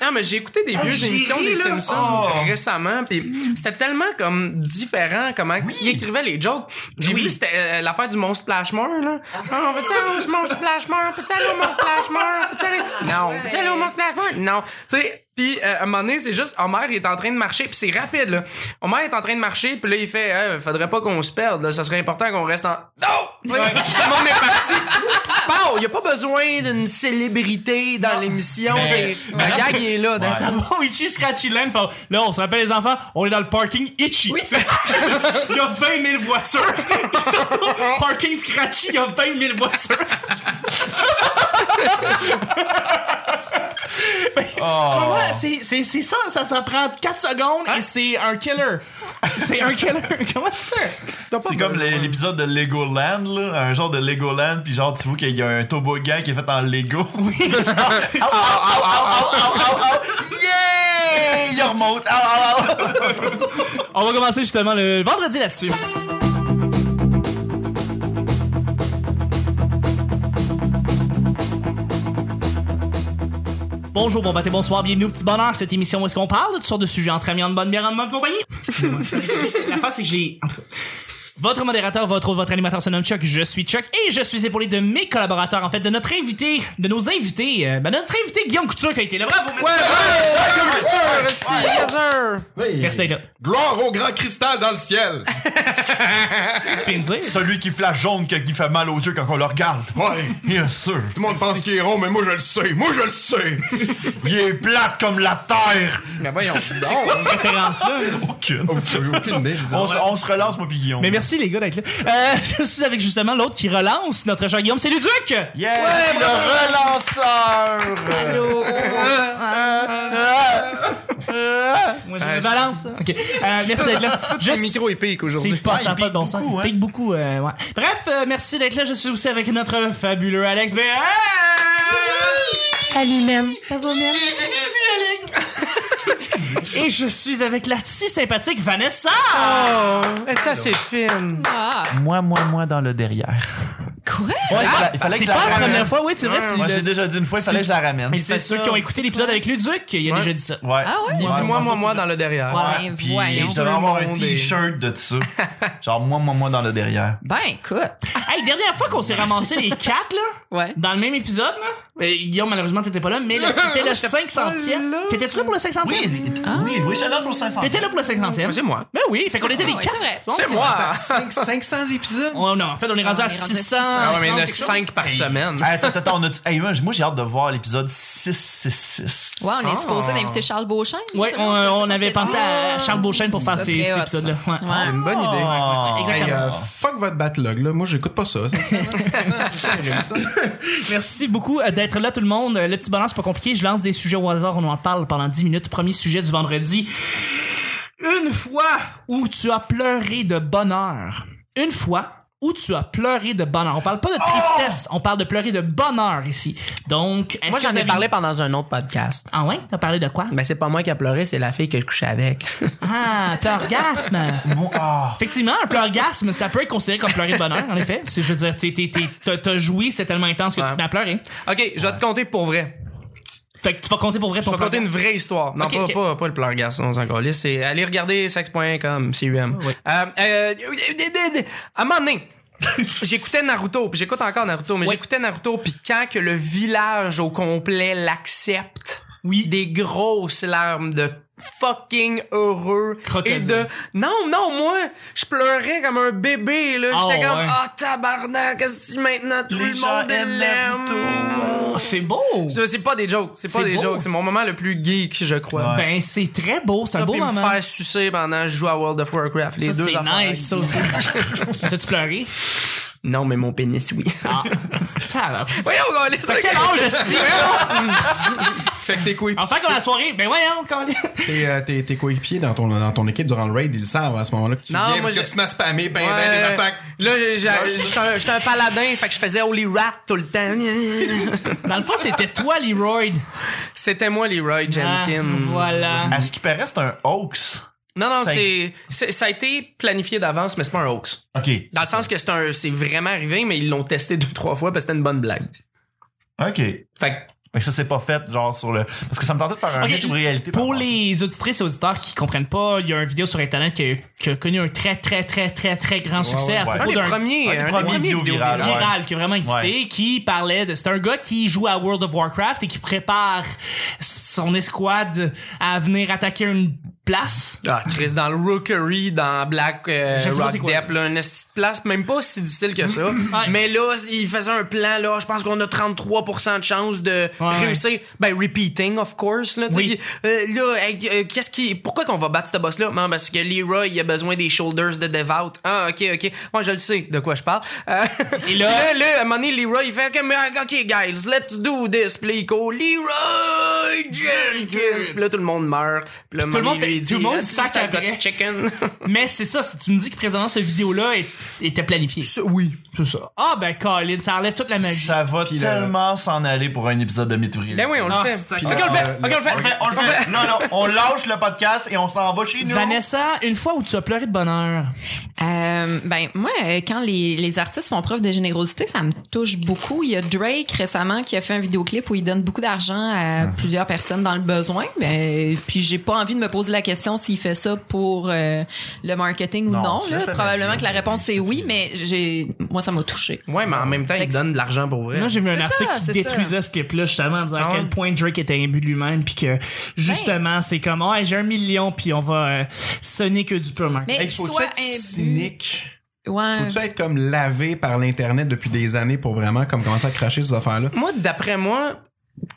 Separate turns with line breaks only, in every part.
Non, mais j'ai écouté des
Ah,
vieux
j'ai
émissions
ri,
des
là.
Simpsons
Oh.
récemment, puis c'était tellement comme différent comment ils écrivaient les jokes. J'ai
Oui.
vu c'était euh, l'affaire du monstre Splashmore là. Ah, on peut-tu aller au monstre Splashmore? Peut-tu aller au monstre Splashmore? Peut-tu aller
Ah,
Non,
Ouais.
peut-tu aller au monstre Splashmore? Non, tu sais puis euh, à un moment donné, c'est juste Homer il est en train de marcher, puis c'est rapide là. Homer est en train de marcher, puis là il fait Hey, faudrait pas qu'on se perde, là, ça serait important qu'on reste en Non! Ouais, Tout le monde est parti. Pow! Il y a pas besoin d'une célébrité dans l'émission,
Mais-
c'est
mais
la
là,
gag est là dans
Ça va, Itchy Scratchy Land. Fait, Là, on se rappelle les enfants, on est dans le parking Itchy. il y a 20 000 voitures. Ils sont au parking Scratchy, il y a 20 000 voitures. Mais
Oh.
comment- c'est, c'est, c'est ça, ça, ça prend 4 secondes
Ah.
et c'est un killer. C'est un killer. Comment tu fais?
T'as pas
C'est comme
besoin.
l'é- l'épisode de Legoland, là. Un genre de Legoland, puis genre, tu vois qu'il y a un toboggan qui est fait en Lego. Oui. Au, au, au, au, au, au, au. Yeah! Il remonte. Au, au, au.
On va commencer justement le vendredi là-dessus. Bonjour, bon matin, bonsoir, bienvenue au petit bonheur. Cette émission où est-ce qu'on parle de toutes sortes de sujets entre amis, en bonne bière, en bonne compagnie. Excusez-moi. La face, c'est que j'ai. En tout cas. Votre modérateur, votre votre animateur se nomme Chuck, je suis Chuck et je suis épaulé de mes collaborateurs, en fait, de notre invité, de nos invités, euh, ben, notre invité Guillaume Couture qui a été là. Bravo, merci. Merci d'être là.
Gloire au grand cristal dans le ciel!
Ah,
Tu viens de dire?
Celui qui flash jaune, que- qui fait mal aux yeux quand on le regarde.
Ouais!
Bien sûr.
Tout le monde pense qu'il est rond, mais moi je le sais! Moi je le sais!
Il est plate comme la terre.
Mais voyons donc.
Cette référence-là.
Aucune.
Oh,
J'ai aucune idée, je sais
On,
pas.
se- on se relance, moi, puis Guillaume.
Mais merci les gars d'être là. Euh, je suis avec justement l'autre qui relance notre cher Guillaume, c'est Luduc!
Yes, le relanceur.
Allô! Moi j'ai
Ouais,
une balance. Ok. Euh, merci d'être là. Je
Le
suis-
micro épique aujourd'hui.
C'est pas,
Ouais,
ça a
il
pas de bon
pique
sens.
beaucoup, hein.
Il pique beaucoup. euh, ouais. Bref, euh, merci d'être là. Je suis aussi avec notre fabuleux Alex Ah! BR.
Salut, même.
Et je suis avec la si sympathique Vanessa.
Mais ça, c'est fine.
Ah.
Moi, moi, moi, dans le derrière.
Quoi?
Ouais,
Ah,
c'est-
il fallait que
c'est
je la
pas la
ramène.
première fois, oui, c'est vrai. tu
Moi, je
l'as
l'ai
dit.
déjà dit une fois, il fallait que je la ramène.
C'est ceux
ça.
qui ont écouté l'épisode avec Luduc, il a
Ouais.
déjà dit ça.
Ouais.
Ah ouais?
Ouais,
Dis-moi,
ouais.
moi, moi, dans le derrière.
Ouais. Ben,
Puis
voyons.
je devais avoir
Tout le
un
monde est-
t-shirt de ça. Genre, moi, moi, moi, dans le derrière.
Ben, écoute. Ah
Hey, dernière fois qu'on s'est ramassé les quatre, là,
Ouais.
dans le même épisode, là. Euh, Guillaume, malheureusement, t'étais pas là, mais là, c'était le 500e.
là.
T'étais-tu là pour le 500e?
oui, oui, j'étais là pour 500.
T'étais là pour le 500e?
C'est moi.
Ben oui, fait qu'on était les
Ah ouais,
quatre.
c'est vrai.
Bon,
C'est moi. 500 épisodes?
On- non, en fait, on est rendu
Ah,
à
on est rendu à
600.
Ah ouais, mais il y en a
Quelque chose.
5 par semaine.
Hey, attends, attends, on a... hey, moi, j'ai- moi, j'ai hâte de voir l'épisode 666.
Ouais, on est supposé d'inviter Charles Beauchamp.
Ouais, on,
absolument, c'est ça,
on
c'est
avait
parti.
pensé à Charles Beauchesne pour faire
Ça
ces,
serait
ces
hot,
épisodes-là.
ça.
Ouais.
C'est
Ouais.
une bonne idée.
Ah.
Hey,
Exactement.
euh, fuck votre backlog, là. Moi j'écoute pas ça. C'est
Merci beaucoup euh, d'être là, tout le monde. Euh, Le petit bonheur, c'est pas compliqué. Je lance des sujets au hasard. On en parle pendant 10 minutes. Premier sujet du vendredi. Une fois où tu as pleuré de bonheur. Une fois où tu as pleuré de bonheur. On parle pas de
Oh!
tristesse. On parle de pleurer de bonheur ici. Donc, est-ce
Moi,
que
j'en
vous
ai
avez-
parlé pendant un autre podcast.
Ah ouais? T'as parlé de quoi?
Mais c'est pas moi qui a pleuré, c'est la fille que je couchais avec.
Ah, orgasme.
Bon, ah.
Effectivement, un pleurgasme, ça peut être considéré comme pleurer de bonheur, en effet. C'est, je veux dire, t'es- t'es- t'es- t'as- t'as joui, c'était tellement intense que tu
Ouais.
te mets à pleurer.
OK, je vais te compter pour vrai.
Fait que tu vas compter pour vrai ton
Je vais compter une
pleurgasme.
vraie histoire. Non,
Ok,
pas,
ok.
Pas, pas le plan garçon, on s'en calisse. C'est aller regarder sex.com, CUM.
Oui.
Euh, euh, à un moment donné, j'écoutais Naruto, puis j'écoute encore Naruto, mais
Oui.
j'écoutais Naruto, puis quand que le village au complet l'accepte, oui. des grosses larmes de fucking heureux
Crocodile.
et de non non moi je pleurais comme un bébé là
Ah,
j'étais comme
ouais.
ah tabarnak qu'est-ce que maintenant tout
Les
le
gens
monde
aiment
l'aime
Naruto.
Oh, C'est beau!
Ça, C'est pas des jokes, c'est pas
C'est
des
beau.
jokes. C'est mon moment le plus geek, je crois.
Ben, c'est très beau, c'est
Ça,
un beau
puis
moment.
me faire sucer pendant que je joue à World of Warcraft. Les
Ça,
deux affaires.
c'est nice, ça aussi. T'as-tu pleuré?
Non, mais mon pénis, oui.
Ah. Tabarnak.
Voyons, on est
T'as quel âge, esti?
Fait que tes couilles.
Enfin, qu'on a la soirée, ben voyons, quand
Tes, euh, tes- tes coéquipiers dans ton, dans ton équipe durant le raid, ils le savent à ce moment-là que tu
Non, moi,
viens parce que
je-
tu m'as spammé
Eh
ben, ben des
Ouais.
attaques.
Là, j'ai- j'ai- j'étais un, j'étais un paladin, fait que je faisais Holy Rat tout le temps.
Dans le fond, c'était toi, Leroy.
C'était moi, Leroy
Ah,
Jenkins.
voilà.
À ce qui paraît, c'est un hoax.
Non, non,
Ça
c'est, c'est- ça a été planifié d'avance, mais c'est pas un hoax.
OK.
Dans le sens que c'est un, c'est vraiment arrivé, mais ils l'ont testé deux, trois fois parce que c'était une bonne blague.
OK.
Fait que
Mais ça, c'est pas fait, genre, sur le. Parce que ça me tentait de faire un
Ok,
YouTube réalité. par
Pour
rapport à
les auditrices et auditeurs qui comprennent pas, il y a une vidéo sur Internet qui a, qui a connu un très, très, très, très, très grand succès
ouais.
à
Un
Un
propos
des
d'un
premiers,
un des
un des
premiers
premiers
vidéos
vidéos
virales,
virales.
viral qui a vraiment existé,
Ouais.
qui parlait de. C'est un gars qui joue à World of Warcraft et qui prépare son escouade à venir attaquer une place.
Ah, Chris, dans le Rookery, dans Black euh,
Je sais pas c'est
Rock
quoi.
Depp, là, une petite place même pas si difficile que ça. Mais là, il faisait un plan, là, je pense qu'on a 33% de chance de
Ouais.
réussir. Ben, repeating, of course, là, tu sais.
Oui.
Puis, euh, là, hey, euh, qu'est-ce qui, pourquoi qu'on va battre ce boss-là? Ben, parce que Leroy, il a besoin des shoulders de Devout. Ah, ok, ok. Moi, je le sais de quoi je parle. Euh,
Et
là,
là-
là, à un moment donné, Leroy, il fait, ok, mais, ok, guys, let's do this, Puis là, il go, Leroy Jenkins. Puis là, tout le monde meurt. Puis là,
Tout le monde
Mamie lui
fait-
dit,
tout le monde
Ah,
sac
ça
après.
goûte chicken.
Mais c'est ça, si tu me dis que présentement cette vidéo-là est- était planifiée.
oui.
Tout ça. Ah ben Colin, ça enlève toute la
ça.
magie.
Ça va
le-
tellement s'en aller pour un épisode de YouTube réalité.
Ben oui, on
Ah,
le fait.
sac-
Ok, on le fait.
euh,
Ok, on le fait.
On le fait, on le fait. Non, non, on lâche le podcast et on s'en va chez nous.
Vanessa, une fois où tu as pleuré de bonheur,
Euh, ben moi, euh, quand les, les artistes font preuve de générosité, ça me touche beaucoup. Il y a Drake récemment qui a fait un vidéoclip où il donne beaucoup d'argent à plusieurs personnes dans le besoin. Ben, puis j'ai pas envie de me poser la question s'il fait ça pour euh, le marketing
Non,
ou non.
tu
là.
laisses la
Probablement
magie,
que la réponse
c'est
est oui,
fini.
mais j'ai moi ça m'a touché.
Ouais, mais en même temps,
Fait
il
que-
donne de l'argent pour vrai.
Moi, j'ai vu un
C'est ça,
article qui
c'est
détruisait ce clip-là, justement, en disant
Ben, Ah
à
ouais?
quel point Drake était imbu de lui-même, puis que, justement,
Ben.
c'est comme, ouais, j'ai un million, puis on va euh, sonner que du peu, man.
Mais
Hey,
qu'il
faut-tu
soit
être
imbu.
cynique?
Hein.
Ouais.
Faut-tu être comme lavé par l'Internet depuis des années pour vraiment comme commencer à cracher ces affaires-là?
Moi, d'après moi,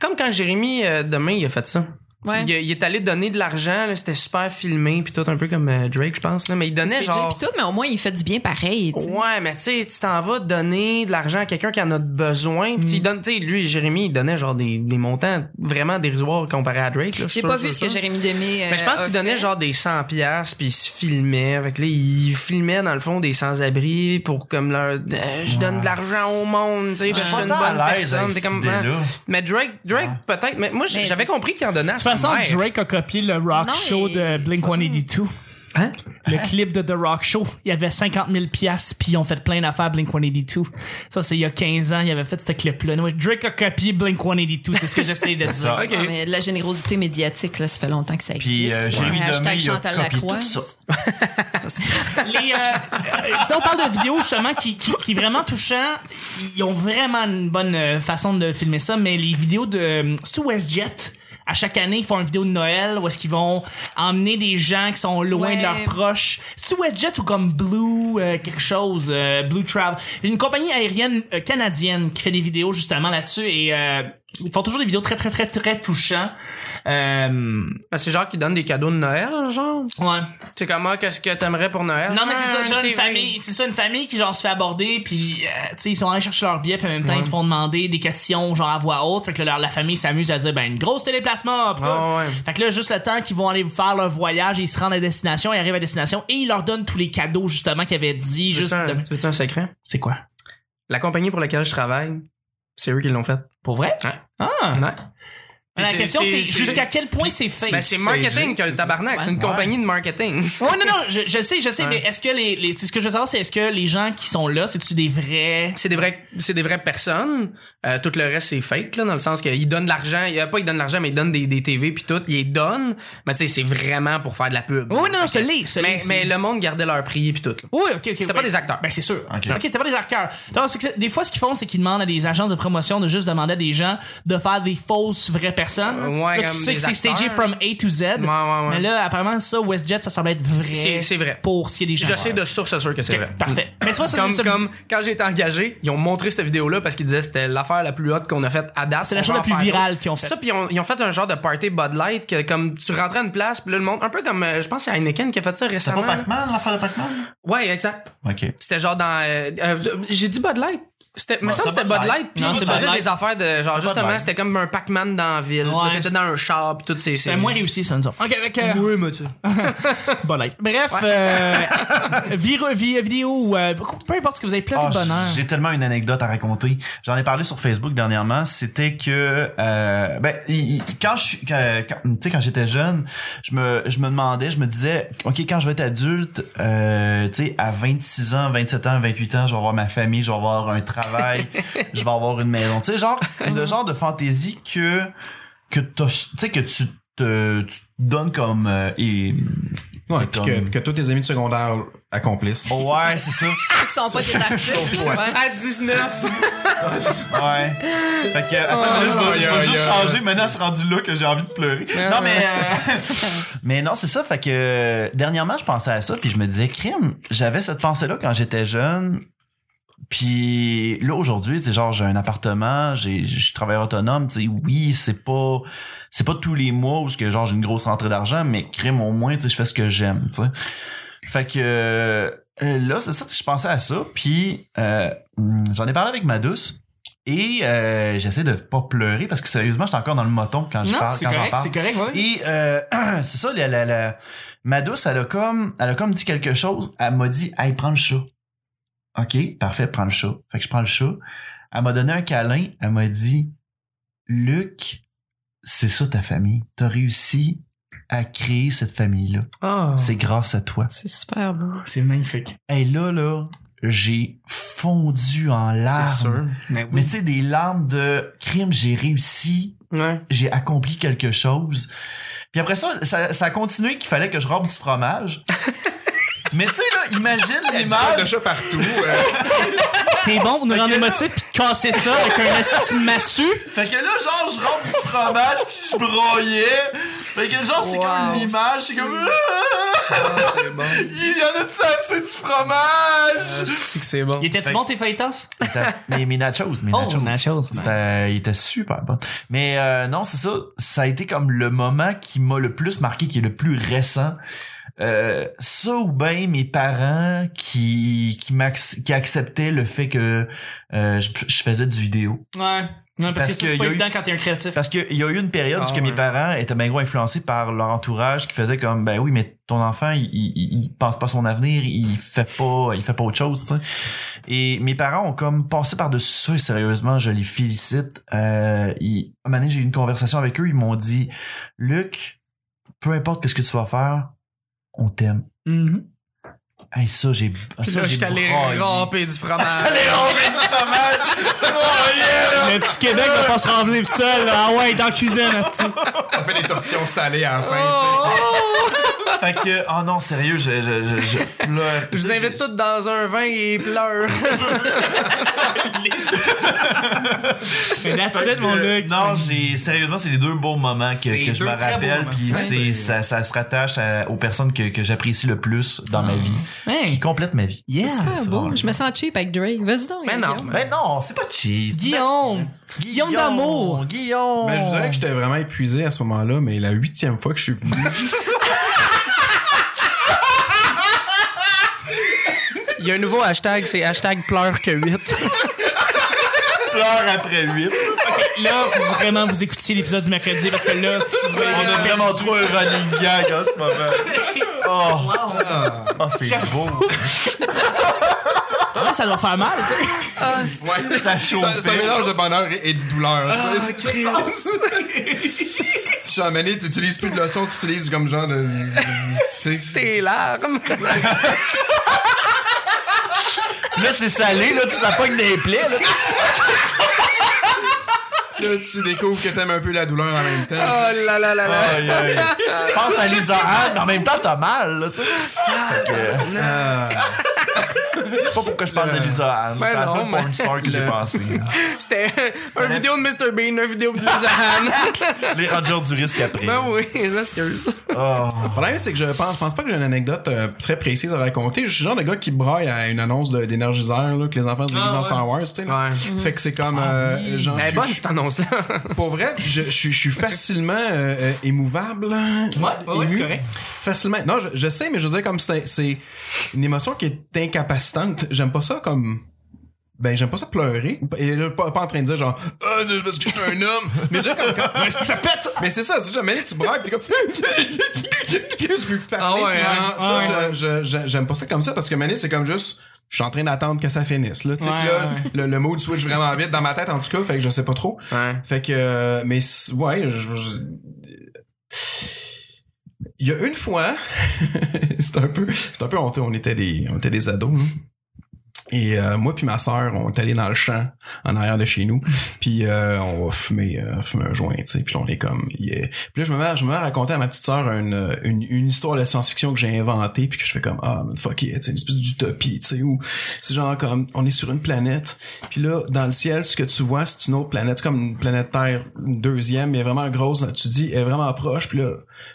comme quand Jérémy euh, demain, il a fait ça.
Ouais.
Il, il est allé donner de l'argent, là, c'était super filmé, puis tout un peu comme euh, Drake, je pense. Là, mais il donnait
C'est
genre.
Jay pis tout, mais au moins il fait du bien pareil. tu sais.
Ouais, mais tu sais, tu t'en vas donner de l'argent à quelqu'un qui en a besoin. Puis il donne, tu sais, lui, Jérémy, il donnait genre des, des montants vraiment dérisoires comparé à Drake. là, je suis
J'ai
sûr, Oh,
pas
je
vu
suis
ce que
sûr.
Jérémy Demé. euh,
Mais je pense
a
qu'il donnait
fait.
genre des 100 pièces puis il se filmait avec les il filmait dans le fond des sans-abri pour comme leur euh, je donne de l'argent au monde, tu sais,
Je
parce
suis
que je suis une
pas tant
bonne
à l'aise
personne,
avec
t'es
cette
comme
idée-là.
hein. mais Drake Drake peut-être mais moi
Mais
j'avais
c'est-
compris qu'il en donnait à
De
sa
toute façon,
mère.
Drake a copié le rock
Non,
show
mais-
de Blink-182.
Hein?
Le clip de The Rock Show, il y avait 50 000 piastres, puis ils ont fait plein d'affaires Blink-182. Ça, c'est il y a 15 ans, il avait fait ce clip-là. Anyway, Drake a copié Blink-182, c'est ce que j'essaie de dire.
ça.
OK.
Ah, mais de la générosité médiatique, là, ça fait longtemps que ça existe.
Puis euh,
Ouais.
Jérémy Demé,
Hashtag
il a
Chantal
copié
Lacroix.
tout ça.
Les, euh, euh, tu sais, on parle de vidéos justement qui, qui, qui est vraiment touchant. Ils ont vraiment une bonne euh, façon de filmer ça, mais les vidéos de euh, c'est-tu WestJet. À chaque année, ils font une vidéo de Noël où est-ce qu'ils vont emmener des gens qui sont loin
Ouais.
de leurs proches. C'est WestJet ou comme Blue euh, quelque chose, euh, Blue Travel, une compagnie aérienne euh, canadienne qui fait des vidéos justement là-dessus et euh, ils font toujours des vidéos très très très très touchants. Euh,
Ah, C'est genre qui donne des cadeaux de Noël genre.
ouais.
C'est comment qu'est-ce que t'aimerais pour Noël
Non, mais c'est ça,
Ah,
genre,
t'es
une famille, c'est ça, une famille qui, genre, se fait aborder, puis, euh, tu sais, ils sont allés chercher leur billet, puis en même temps, ils se font demander des questions, genre, à voix haute, fait que là, leur- la famille s'amuse à dire, ben, une grosse téléplacement, pis tout.
Ah, ouais.
Fait que là, juste le temps qu'ils vont aller faire leur voyage, ils se rendent à destination, ils arrivent à destination, et ils leur donnent tous les cadeaux, justement, qu'ils avaient dit,
Tu veux-tu
juste.
un,
de-
tu veux-tu un secret
C'est quoi?
La compagnie pour laquelle je travaille, c'est eux qui l'ont fait.
Pour vrai?
Ouais.
Ah!
Ouais.
La
C'est-
question,
c'est-
c'est
c'est-
jusqu'à quel point c'est fake.
Ben, c'est
stagé,
marketing que le
c'est ça.
tabarnak, c'est une
Ouais.
compagnie de marketing.
Ouais, non, non, je, je sais, je sais,
Ouais.
mais est-ce que les, les- ce que je veux savoir, c'est est-ce que les gens qui sont là, c'est-tu des vrais
c'est des vraies c'est des vraies personnes Euh, tout le reste c'est fake là dans le sens qu'ils donnent de l'argent il y a pas ils donnent de l'argent mais ils donnent des, des TV puis tout ils les donnent mais tu sais c'est vraiment pour faire de la pub
Oh non, non, ce lit, ce
mais
lit,
mais
c'est-
le monde gardait leur prix puis tout là.
Oui, ok, ok.
C'était pas des acteurs.
Ben, c'est sûr.
Ok.
Ok, c'était pas des acteurs. Non, c'est que c'est- des fois, ce qu'ils font, c'est qu'ils demandent à des agences de promotion de juste demander à des gens de faire des fausses vraies personnes.
Euh, ouais,
là, tu
comme
sais
des
que c'est
acteurs.
stagé from A to Z.
ouais, ouais.
Mais là, apparemment, ça, WestJet, ça semble être vrai.
C'est- c'est vrai.
Pour ce qui est des gens.
je sais de source sûre que c'est
Ah, Ok,
vrai Mm.
Parfait. Mais tu vois, ça,
comme,
c'est-
comme quand j'ai été engagé, ils ont montré cette vidéo-là parce qu'ils disaient que c'était l'affaire la plus haute qu'on a faite à date.
C'est la
On
chose
va
la
en
plus
faire
virale
d'autres.
qu'ils ont faite.
Ça, puis ils ont, ils ont fait un genre de party Bud Light que comme tu rentrais à une place, puis là le monde, un peu comme, euh, je pense que c'est Heineken qui a fait ça
C'est
récemment.
pas
là.
Pac-Man, l'affaire de Pac-Man?
ouais, exact.
OK.
C'était genre dans. euh, euh, J'ai dit Bud Light. C'était, me
Ouais,
semble que
c'était
c'était Bud
Bud
Light, puis
Non,
il
c'est Bud
faisait
Light.
des affaires de. Genre,
Bud
justement,
Light.
c'était comme un Pac-Man dans la ville.
Ouais, Ben,
puis T'étais dans un char, puis tout, c'est.
C'est moins réussi, ça, nous autres. Ok, avec. euh,
Oui, mais tu.
bon, like. Bref, euh, vire- vi- vidéo ou. euh, peu importe ce que vous avez plein
Ah,
de bonheur.
J'ai tellement une anecdote à raconter. J'en ai parlé sur Facebook dernièrement. C'était que euh, ben il- il- quand je suis quand- quand- tu sais quand j'étais jeune, je me je me demandais, je me disais OK, quand je vais être adulte, euh, tu sais à 26 ans, 27 ans, 28 ans, je vais avoir ma famille, je vais avoir un travail, travail, je vais avoir une maison. Tu sais, genre, le genre de fantaisie que, que t'as- tu sais, que tu te, tu te donnes comme, euh, et,
Ouais,
c'est
puis
comme-
que, que tous tes amis de secondaire accomplissent.
ouais, c'est ça.
Qui sont pas des artistes.
Ouais. À 19.
Ouais. Fait que, attends,
Oh,
mais là, je vais- je vais
aïe, aïe,
juste
aïe,
changer.
c'est-
Maintenant, c'est rendu là que j'ai envie de pleurer. Non, mais. euh, mais non, c'est ça. Fait que, euh, dernièrement, je pensais à ça, puis je me disais, crime, j'avais cette pensée-là quand j'étais jeune. Puis là, aujourd'hui, tu sais, genre, j'ai un appartement, j'ai- je suis travailleur autonome, tu sais, oui, c'est pas. C'est pas tous les mois où ce que, genre, j'ai une grosse rentrée d'argent, mais crime, au moins, tu sais, je fais ce que j'aime, tu sais. Fait que. euh, Là, c'est ça, je pensais à ça, puis euh, j'en ai parlé avec ma douce. Et euh, j'essaie de pas pleurer parce que sérieusement, j'étais encore dans le moton quand je
Non,
parle,
c'est
quand j'en
correct,
parle.
c'est correct, ouais.
Et euh, c'est ça, la, la, la- ma douce, elle a comme, elle a comme dit quelque chose. Elle m'a dit, hey, prends le chat. Ok, parfait, prends le chat. Fait que je prends le chat. Elle m'a donné un câlin. Elle m'a dit, Luc, c'est ça ta famille. T'as réussi à créer cette famille-là.
Ah.
C'est grâce à toi.
C'est super beau.
C'est magnifique.
Et là, là, j'ai fondu en larmes.
C'est sûr. Ben
Mais oui.
Mais tu sais, des larmes de crime, j'ai réussi,
Ouais.
j'ai accompli quelque chose. Puis après ça, ça, ça a continué qu'il fallait que je rampe du fromage. Mais tu sais, là, imagine
de
l'image.
chat partout. euh,
T'es bon pour nous rendre
que-
émotifs pis de casser ça avec un esti de massue.
Fait que là, genre, je rampe du fromage, puis je broyais. Fait que genre, c'est
Wow.
comme l'image, c'est comme...
Ah, c'est bon.
Il y en a-tu assez du fromage?
Ah, c'est que c'est bon.
Il était-tu
Fait-
bon tes fajitas?
Euh,
C'était- mais mes nachos, mes
Oh,
nachos.
nachos,
C'était- Ils étaient super bons. Mais euh, non, c'est ça. Ça a été comme le moment qui m'a le plus marqué, qui est le plus récent. Euh, ça ou bien mes parents qui qui, m'ac- qui acceptaient le fait que euh, je, je faisais du vidéo.
Ouais. Non, parce,
Parce
que, ça,
que
c'est
y
pas
a eu-
évident quand t'es un créatif.
Parce qu'il y a eu une période
Ah
où ce que mes
ouais.
parents étaient bien gros influencés par leur entourage qui faisait comme ben oui mais ton enfant il, il, il pense pas à son avenir il fait pas il fait pas autre chose tu sais. et mes parents ont comme passé par dessus ça et sérieusement je les félicite euh, ils, un moment donné, j'ai eu une conversation avec eux ils m'ont dit Luc peu importe ce que tu vas faire on t'aime
Mhm.
hey, ça j'ai
Puis
ça
là,
j'ai
je t'allais
braillé.
ramper du fromage.
Le petit Québec va pas se remplir tout seul. Ah ouais, dans la cuisine, esti.
ça fait des tortillons salés à la fin. tu sais,
fait que oh non sérieux je je je, je pleure
Je vous invite toutes dans un vin et pleure.
Mais that's
Fait
it,
que,
mon
euh,
Luc.
Non, j'ai sérieusement, c'est les deux beaux moments
C'est
que, que je
deux
me
très beaux
rappelle,
moments.
puis
Ouais,
c'est ça, ça se rattache à- aux personnes que, que j'apprécie le plus dans ma vie, qui
Hey.
complètent ma vie.
Yeah.
Ah. C'est super
c'est
beau.
drôle.
Je me sens cheap avec Drake. Vas-y donc.
Mais non.
Guillaume.
Ben non, c'est pas cheap.
Guillaume. Guillaume d'amour.
Guillaume.
Ben, je vous dirais que j'étais vraiment épuisé à ce moment-là, mais la huitième fois que je suis venu,
Il y a un nouveau hashtag, c'est hashtag pleure que 8.
pleure après 8.
Là, faut vraiment vous écoutiez l'épisode du mercredi parce que là, si vous
On
avez-
a vraiment trop un running gag en ce moment. Oh, Oh, c'est beau.
Ah, ça doit faire mal, tu sais.
ouais,
Ça
C'est un-
chauffe.
c'est un mélange de bonheur et et de douleur. C'est ce qui se passe. Je suis amené, tu utilises plus de leçons, tu utilises comme genre de. tu sais.
Tes larmes.
Là, c'est salé, là, tu sais pas que des plaies, là.
Là, tu découvres que t'aimes un peu la douleur en même temps.
Oh là là là là.
Aïe, aïe. Tu penses à Lisa Anne, en même temps, t'as mal, là, tu sais.
Ah,
Fait que- Je sais pas pourquoi je parle de Lisa Anne.
Ben
C'est la
non,
seule
mais-
porn star que j'ai pensée.
C'était un vidéo de Mr. Bean, un vidéo de Lisa Anne.
Les Rangers du risque après.
Ben oui, excuse.
Oh.
Le problème, c'est que je pense, je pense pas que j'ai une anecdote euh, très précise à raconter. Je suis le genre de gars qui braille à une annonce de- d'énergiseur, là, que les enfants se déguisent en Star Wars, tu sais. là. Fait que c'est comme, euh, genre,
Elle est
je-
Ben, bonne
je-
cette annonce-là.
pour vrai, je, je, je suis facilement euh, euh, émouvable. là.
ouais, ouais,
Ému.
c'est correct.
Facilement. Non, je, je sais, mais je veux dire, comme c'est c'est une émotion qui est incapacitante. J'aime pas ça comme. Ben, j'aime pas ça pleurer. Et là, pas, pas en train de dire genre, ah, parce que je suis un homme. Mais je veux dire, comme quand-
Mais est-ce que tu te pètes?
mais c'est ça, c'est ça. Mais là, tu brailles, pis t'es comme. je peux plus parler.
Ah ouais,
Puis genre,
hein.
ça,
Ah ouais.
je- je- je- j'aime pas ça comme ça parce que Mané, c'est comme juste. Je suis en train d'attendre que ça finisse, là. Tu sais,
Ouais,
puis là,
ouais.
le, le mot switch vraiment vite dans ma tête, en tout cas, fait que je sais pas trop.
Ouais.
Fait que. euh, mais c'est- ouais, je. je- Il y a une fois, c'est un peu, c'est un peu honteux. On était des, on était des ados. hein. Et euh, moi puis ma sœur, on est allé dans le champ en arrière de chez nous, puis euh, on va fumer, euh, fumer un joint, tu sais, puis là, on est comme yeah. Puis là je me mets, à- je me mets à raconter à ma petite sœur une, une, une histoire de science-fiction que j'ai inventée puis que je fais comme ah man, fuck yeah, tu sais, une espèce d'utopie, tu sais où c'est genre comme on est sur une planète, puis là dans le ciel ce que tu vois c'est une autre planète, c'est comme une planète Terre une deuxième mais vraiment grosse, tu dis elle est vraiment proche, puis là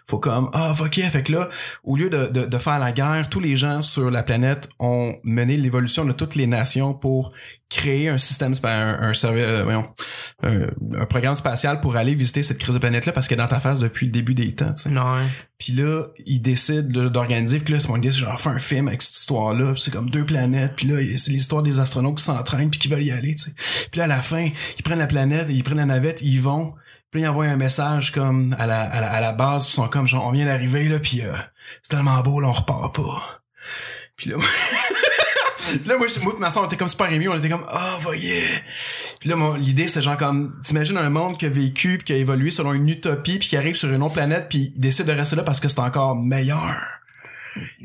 faut comme ah fuck yeah, fait que là au lieu de, de, de faire la guerre, tous les gens sur la planète ont mené l'évolution de toutes les nations pour créer un système, spa- un, un, servi- euh, voyons, un, un programme spatial pour aller visiter cette crise de planète-là parce qu'elle est dans ta face depuis le début des temps. tu sais.
Non.
Puis là, ils décident de- d'organiser. Puis là, c'est mon idée, c'est genre faire un film avec cette histoire-là. Puis c'est comme deux planètes. Puis là, il- c'est l'histoire des astronautes qui s'entraînent puis qui veulent y aller. tu sais. Puis là, à la fin, ils prennent la planète, ils prennent la navette, ils vont. Puis là, ils envoient un message comme à la, à la, à la base. Puis ils sont comme genre, on vient d'arriver là. Puis euh, c'est tellement beau, là, on repart pas. Puis là, Puis là, moi, je- moi pis ma soeur, on était comme super émus, on était comme, ah, voyez. Puis là, mon- l'idée, c'était genre comme, t'imagines un monde qui a vécu, puis qui a évolué selon une utopie, puis qui arrive sur une autre planète, puis il décide de rester là parce que c'est encore meilleur.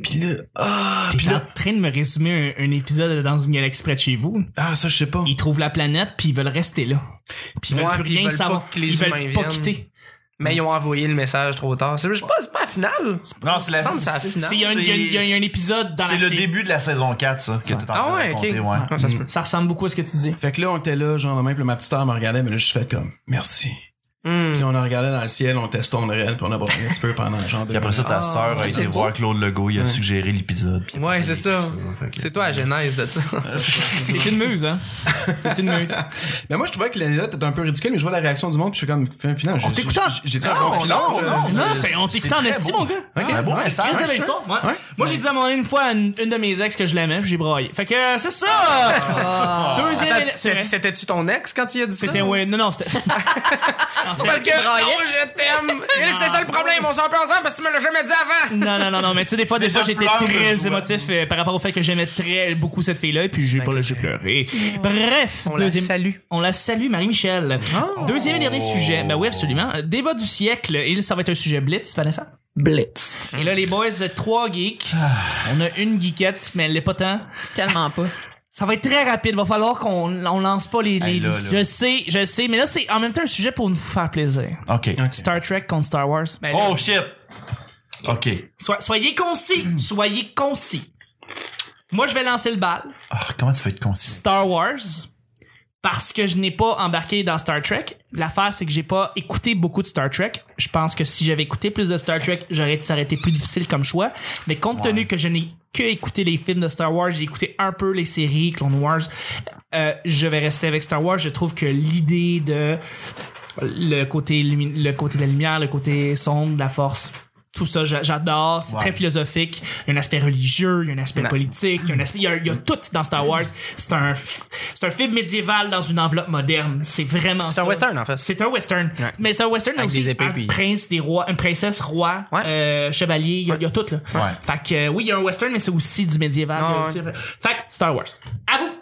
Puis là, ah,
T'es
puis
en
là,
train de me résumer un, un épisode dans une galaxie près de chez vous.
ah, ça, je sais pas.
Ils trouvent la planète puis ils veulent rester là. Puis ils veulent
Ouais,
plus
puis ils
rien
veulent pas
savoir.
que les
ils veulent
humains
pas
viennent.
quitter.
Mais ils ont envoyé le message trop tard. C'est, je sais pas, c'est pas la finale.
Non, c'est la-
Il me semble que c'est la finale.
C'est- Il y, a un- il y a un- il y a un- il y a un épisode dans
C'est
la
le
série.
début de la saison 4, ça, que t'es en train
Ah ouais,
de
ok.
raconter, ouais. Mm.
Ah, ça se peut.
Ça ressemble beaucoup à ce que tu dis.
Fait que là, on était là, genre, même, puis ma petite sœur me regardait, mais là, je fais comme, merci.
Hmm.
Puis on a regardé dans le ciel, on testait, on réel, puis on a broyé un petit peu pendant genre deux
Puis après ça, ta
Ah,
sœur a
c'est
été
beau.
voir Claude Legault, il a suggéré l'épisode. puis
Ouais,
après,
c'est
il a
ça.
écrit fait que-
C'est toi la genèse de ça.
T'es une muse, hein? T'es une muse.
Mais moi, je trouvais que l'anecdote était un peu ridicule, mais je vois la réaction du monde, puis je suis comme, fin, finalement, j'ai-
t'écoute en-
j'ai- J'ai-tu un
Non,
bon
non,
filage,
non.
euh?
Non, c'est, on t'écoute en
très
esti,
beau.
mon gars.
Ok,
Ah,
bon,
ouais,
message,
Chris de belle
sure.
histoire, ouais. Moi, j'ai dit à mon ami une fois à une, une de mes ex que je l'aimais, puis j'ai braillé. Fait que euh, c'est ça! Deuxième
Attends,
éle- c'est
c'était-
vrai.
C'était-tu ton ex quand il a dit ça? Ah,
C'était, ouais, non, non, c'était. Non, c'était-
Parce que non, je t'aime. Et C'est ça le problème, on s'en peut ensemble parce que tu me l'as jamais dit avant.
Non, non, non, non, mais tu sais, des fois, des
Mais
fois,
je
j'étais
pleure de
très
joie.
émotif euh, par rapport au fait que j'aimais très beaucoup cette fille-là, et puis j'ai pas j'ai pleuré. Bref,
On la salue.
On la salue, Marie-Michel.
Oh.
Deuxième et dernier sujet. Ben oui, absolument. Euh, Débat du siècle. Et là, ça va être un sujet blitz, Vanessa.
Blitz.
Et là, les boys, euh, trois geeks.
Ah.
On a une geekette, mais elle l'est pas tant.
Tellement pas.
Ça va être très rapide. Va falloir qu'on on lance pas les. les-
Hey, là, là.
Je sais, je sais. Mais là, c'est en même temps un sujet pour nous faire plaisir.
Ok.
Star Trek contre Star Wars. Ben
Oh shit! Ok.
Sois- soyez concis. Soyez concis. Moi, je vais lancer le bal.
Ah, comment tu fais être consistant?
Star Wars parce que je n'ai pas embarqué dans Star Trek. L'affaire, c'est que j'ai pas écouté beaucoup de Star Trek. Je pense que si j'avais écouté plus de Star Trek, j'aurais ça aurait été plus difficile comme choix. Mais compte tenu que je n'ai que écouté les films de Star Wars, j'ai écouté un peu les séries Clone Wars. euh, je vais rester avec Star Wars. Je trouve que l'idée de le côté lumi- le côté de la lumière, le côté sombre, de la force. Tout ça, j'a- j'adore. C'est
Ouais.
très philosophique. Il y a un aspect religieux, il y a un aspect politique, il y a, un aspect, il y a- il y a tout dans Star Wars. C'est un, f- c'est un film médiéval dans une enveloppe moderne. C'est vraiment
C'est un
ça.
western, en fait.
C'est un western. Mais c'est un western, mais
Avec
aussi
des épées,
un
puis-
prince, des rois, une princesse, roi,
Ouais.
euh, chevalier, il y a- il y, a tout, là.
Ouais.
Fait que, euh, oui, il y a un western, mais c'est aussi du médiéval.
Ah,
il y a aussi- Fait que, Star Wars. À vous!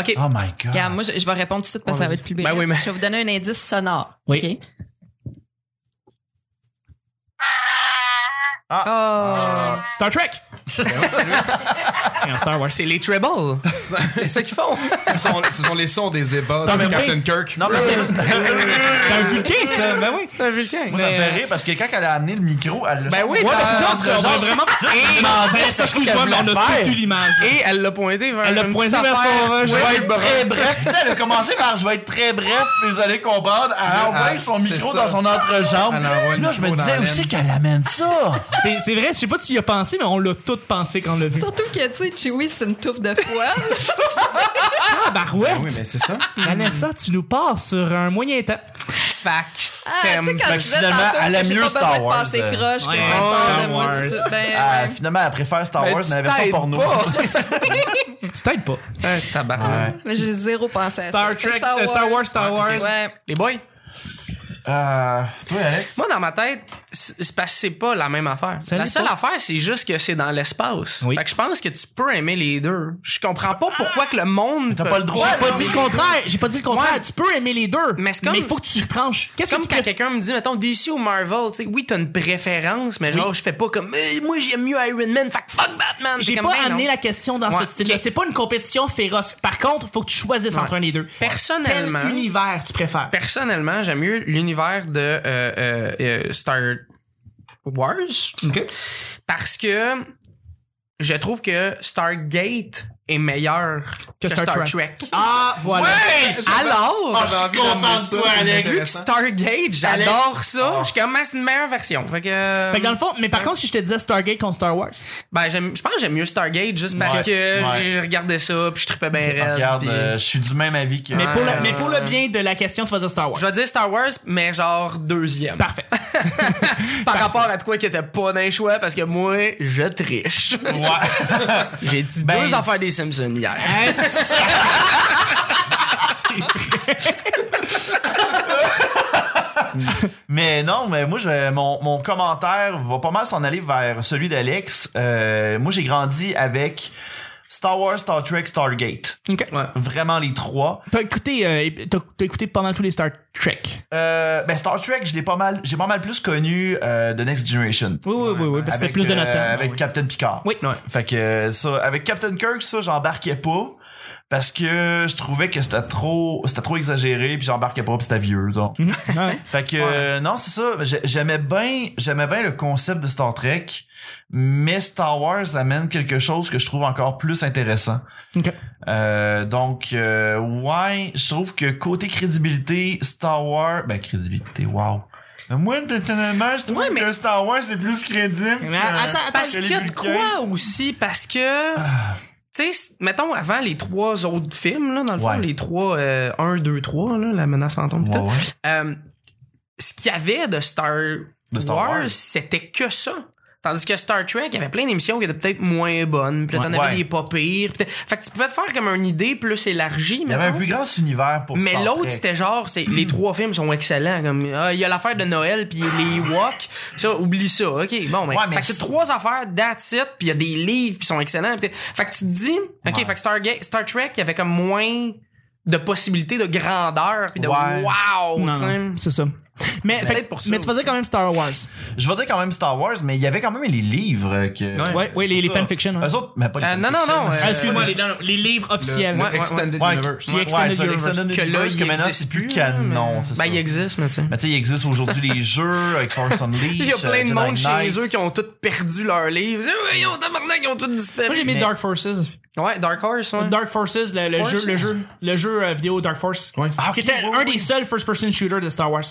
Ok.
Oh my god.
Regarde, moi, je, je vais répondre tout de suite parce que ça va être plus bien.
Ben oui, mais-
Je vais vous donner un indice sonore.
Oui.
OK?
Ah.
Star Trek! Et en Star Wars.
C'est les trebles. C'est ça qu'ils font.
Ce sont, ce sont les sons des ébats
un
de
bébé.
Captain Kirk.
Non, mais ça, ça-
C'est un vulcain, ça! Ben oui!
C'est un vulcain.
ça me fait rire parce que quand elle a amené le micro, elle l'a.
euh, Ben oui,
Ouais,
dans-
ben c'est ça,
dans
tu
le
on va
genre-
vraiment.
Et-
Ben, ça, je trouve qu'on a toute l'image.
Et elle l'a pointé vers
Elle l'a
une
pointé
petite
vers son-
affaire.
euh,
Oui.
Je vais être très bref. Tu sais, Elle a commencé par je vais être très bref, puis vous allez comprendre. Elle a envoyé son
Ah, c'est
micro
ça.
dans son entrejambe.
Elle envoie le
Là, je me
micro dans
disais
la
aussi
laine.
qu'elle amène ça.
Euh,
C'est c'est vrai, je sais pas si tu y as pensé, mais on l'a toutes pensé quand on l'a vu.
Surtout que, tu sais, Chewie, c'est une touffe de poil.
Ah, barouette!
Oui, mais c'est ça.
Vanessa, tu nous passes sur un moyen temps.
Fact.
Ah, tu sais,
T'aimes.
quand je
Fait que
disais
finalement,
tantôt
elle
que
aime
j'ai
mieux
pas
Star
besoin de
Wars,
passer
euh.
croche, que
Ouais.
ça sort
Star
de moi
Wars.
tout de suite. Ben,
Ah,
ouais.
Finalement, elle préfère Star
Ben,
Wars,
tu
mais la version
t'aides
porno.
pas.
Tu t'aides pas.
Ah, tabarnak.
Mais j'ai zéro pensée à
Star
ça. Fait
Trek,
Star
euh, Star Wars, Star Wars.
Ouais.
Les boys.
Euh, toi, Alex?
Moi, dans ma tête, c'est c'est parce que c'est pas la même affaire.
Ça
la
l'est
seule
pas.
affaire, c'est juste que c'est dans l'espace.
Oui.
Fait que je pense que tu peux aimer les deux. Je comprends pas pourquoi que le monde.
T'as
peut-
pas le droit.
J'ai pas dit le contraire. J'ai pas dit le contraire.
Ouais.
Tu peux aimer les deux.
Mais c'est comme-
il faut que tu retranches.
C'est
Qu'est-ce que
comme
tu
quand
préfères?
quelqu'un me dit, mettons, DC ou Marvel, tu sais, oui, t'as une préférence, mais genre, je fais pas comme, Eh, moi, j'aime mieux Iron Man, fait que fuck Batman.
J'ai
C'est
pas
comme, ben non.
amené la question dans
Ouais,
ce style-là.
ok.
C'est pas une compétition féroce. Par contre, faut que tu choisisses entre un des deux.
Personnellement-
Quel univers tu préfères?
Personnellement, j'aime mieux l'univers de euh, euh, euh, Star Wars. Parce que je trouve que Stargate est meilleur que, Star, Trek.
Ah, voilà.
Ah, Alors,
J'avais envie d'amener
content de
ça,
toi,
c'est
Alex.
vu que
intéressant.
Stargate, j'adore ça. Je suis comme, Ah, c'est une meilleure version. Fait que, euh,
Fait que dans le fond, mais par contre, si je te disais Stargate contre Star Wars,
ben, j'aime- je pense que j'aime mieux Stargate juste parce
Ouais.
que
Ouais.
j'ai regardé ça puis je trippais bien raide,
Regarde,
puis-
euh, je suis du même avis que.
mais, pour le,
ouais,
mais pour le bien de la question, tu vas dire Star Wars.
Je vais dire Star Wars, mais genre deuxième.
Parfait.
Par rapport à de quoi qui était pas d'un choix parce que moi, je triche.
Ouais.
J'ai dit
Ben,
deux
c'est-
affaires des Simpsons hier.
mais non, mais moi, je, mon, mon commentaire va pas mal s'en aller vers celui d'Alex. Euh, moi, j'ai grandi avec Star Wars, Star Trek, Stargate.
Ok. Ouais.
Vraiment les trois.
T'as écouté, euh, t'as- t'as écouté pas mal tous les Star Trek.
Euh, ben Star Trek, je l'ai pas mal, j'ai pas mal plus connu euh, de Next Generation.
Oui, oui, oui, oui, parce que
Avec,
c'était plus de notre
euh,
temps.
avec Captain Picard.
Oui.
Ouais. Fait que euh, ça, avec Captain Kirk, ça, j'embarquais pas. Parce que je trouvais que c'était trop, c'était trop exagéré, puis j'embarquais pas, puis c'était vieux, donc.
Ah Ouais.
Fait que euh, non, c'est ça. J'ai- J'aimais bien, j'aimais bien le concept de Star Trek, mais Star Wars amène quelque chose que je trouve encore plus intéressant.
Ok.
Euh, donc, euh, ouais, je trouve que côté crédibilité, Star Wars, ben crédibilité, wow. Mais Moi, personnellement, je trouve
Ouais, mais-
que Star Wars c'est plus crédible.
Mais
que-
attends, attends,
Parce
que
qu'il
les
y a de
Vulcains.
quoi aussi, parce que... Tu sais, mettons, avant les trois autres films, là, dans le fond,
Ouais.
les trois, euh, 1, 2, 3, là, La menace fantôme, pis
Ouais,
tout,
ouais.
euh, ce qu'il y avait de Star,
De Star
Wars,
Wars.
c'était que ça. Tandis que Star Trek, il y avait plein d'émissions qui étaient peut-être moins bonnes, puis là, t'en
Ouais.
avais
Ouais.
des pas pires. pis t'es- Fait que tu pouvais te faire comme une idée plus élargie,
Il y avait un
mettons.
plus grand univers pour
Mais
Star
l'autre,
Trek.
c'était genre, c'est, les trois films sont excellents. Comme, ah, il y a l'affaire de Noël, puis les Walk. Ça, oublie ça. OK, bon, ben,
Ouais, mais
fait que c'est
c'est-
trois affaires, that's it, puis il y a des livres, qui sont excellents. pis t'es- fait que tu te dis, OK, fait que Stargate, Star Trek, il y avait comme moins de possibilités de grandeur, puis de
Ouais.
wow,
Non,
tu sais.
non, c'est ça. Mais, fait-
peut-être pour ça
mais tu faisais
aussi.
quand même Star Wars.
Je vais dire quand même Star Wars, mais il y avait quand même les livres que.
Ouais.
Ouais, ouais, les, les
Ça.
fanfictions. hein.
Eux autres, mais pas les
Euh, non, non,
fanfictions.
non, euh,
Ah, Excuse-moi, les, non, non, les livres officiels.
Le
ouais,
Extended
Ouais,
Universe.
ouais,
The Extended
ouais, c'est
Universe.
l'Extended
Que là,
Universe,
il
que maintenant,
existe
c'est plus
plus,
canon, c'est
Ben,
ça.
il existe, mais tu sais.
Mais tu sais, il existe aujourd'hui les jeux avec Force Unleashed.
Il y a
euh,
plein de
Jedi
monde
Knight.
chez eux qui ont tous perdu leurs livres. Ils ont tabarnak, ils ont tous disparu.
Moi, j'ai mis
Mais-
Dark Forces.
Ouais, Dark Horse, ouais.
Dark Forces, le, le
Forces?
jeu, le jeu, le jeu euh, vidéo Dark Force,
Ouais.
Ah,
qui
ok,
était
ouais,
un
ouais.
des seuls first-person shooters de Star Wars.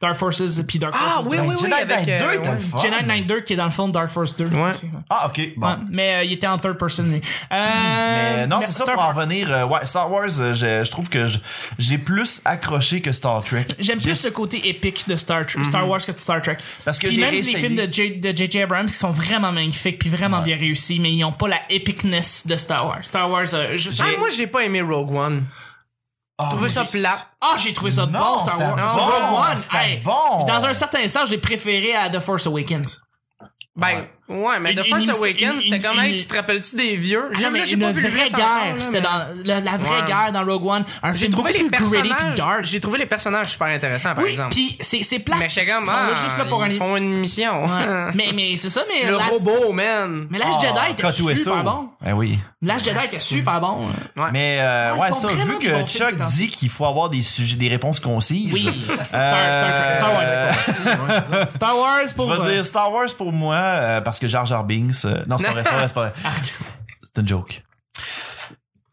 Dark Forces puis Dark
Ah
Forces.
oui,
Ben,
oui, oui,
Jedi
avec...
Knight
euh,
2 était
ouais.
le fun.
Jedi Knight 2 qui est dans le fond Dark Force 2.
Ouais.
aussi,
Ah, ok, bon.
Ouais, mais euh, il était en third person. lui. Euh,
Mais non,
mais
c'est ça
Star
pour en revenir. euh, ouais, Star Wars, euh, je, je trouve que je- j'ai plus accroché que Star Trek.
J'aime plus le côté épique de Star, Tr- Star Wars que de Star Trek.
Mhm. Parce que
puis
j'ai
même les
réessayé.
films de J- de J.J. Abrams qui sont vraiment magnifiques puis vraiment bien réussis, mais ils n'ont pas la epicness de Star Wars. Star Wars, euh, je-
Ah, moi, j'ai pas aimé Rogue One.
Ah,
J'ai trouvé ça
mais-
plat.
Ah, j'ai trouvé ça
Non,
bon, Star
c'était
Wars.
bon,
Rogue One,
c'était
hey,
bon.
Dans un certain sens, je l'ai préféré à The Force Awakens.
Ben, ouais, mais
Une-
The Force
une-
Awakens,
une-
c'était
une-
comme, hey,
une-
tu te rappelles-tu des vieux?
Ah,
J'aime,
mais
là, j'ai
une
pas vu le
vraie
huit encore, là,
guerre, c'était
mais-
dans la, la vraie
Ouais.
guerre dans Rogue One. Un
J'ai
film
trouvé
beaucoup
les
plus gritty puis
personnages.
dark.
J'ai trouvé les personnages super intéressants, par
oui,
exemple.
puis c'est c'est plate.
Mais je sais comme,
Ils sont là
ah,
juste là pour un
ils font une mission.
Ouais. mais mais c'est ça mais
Hein. Le
Last-
robot, man.
Mais Last
Ah,
Jedi était
K2SO.
super bon.
Ben oui.
Last Jedi était super bon.
Mais euh,
Ah, ils
ouais,
font
ça,
vraiment
vu
des
que
bons films,
Chuck
ces temps-ci.
dit qu'il faut avoir des sujets, des réponses concises.
Oui. Star, Star Trek.
Euh,
Star Wars.
Ah, Ouais, c'est ça.
Star Wars
Je
pour.
vais dire Star Wars pour moi, euh, parce que Jar Jar Binks. euh, non, c'est pas vrai, c'est pas vrai, c'est pas vrai. C'est une joke.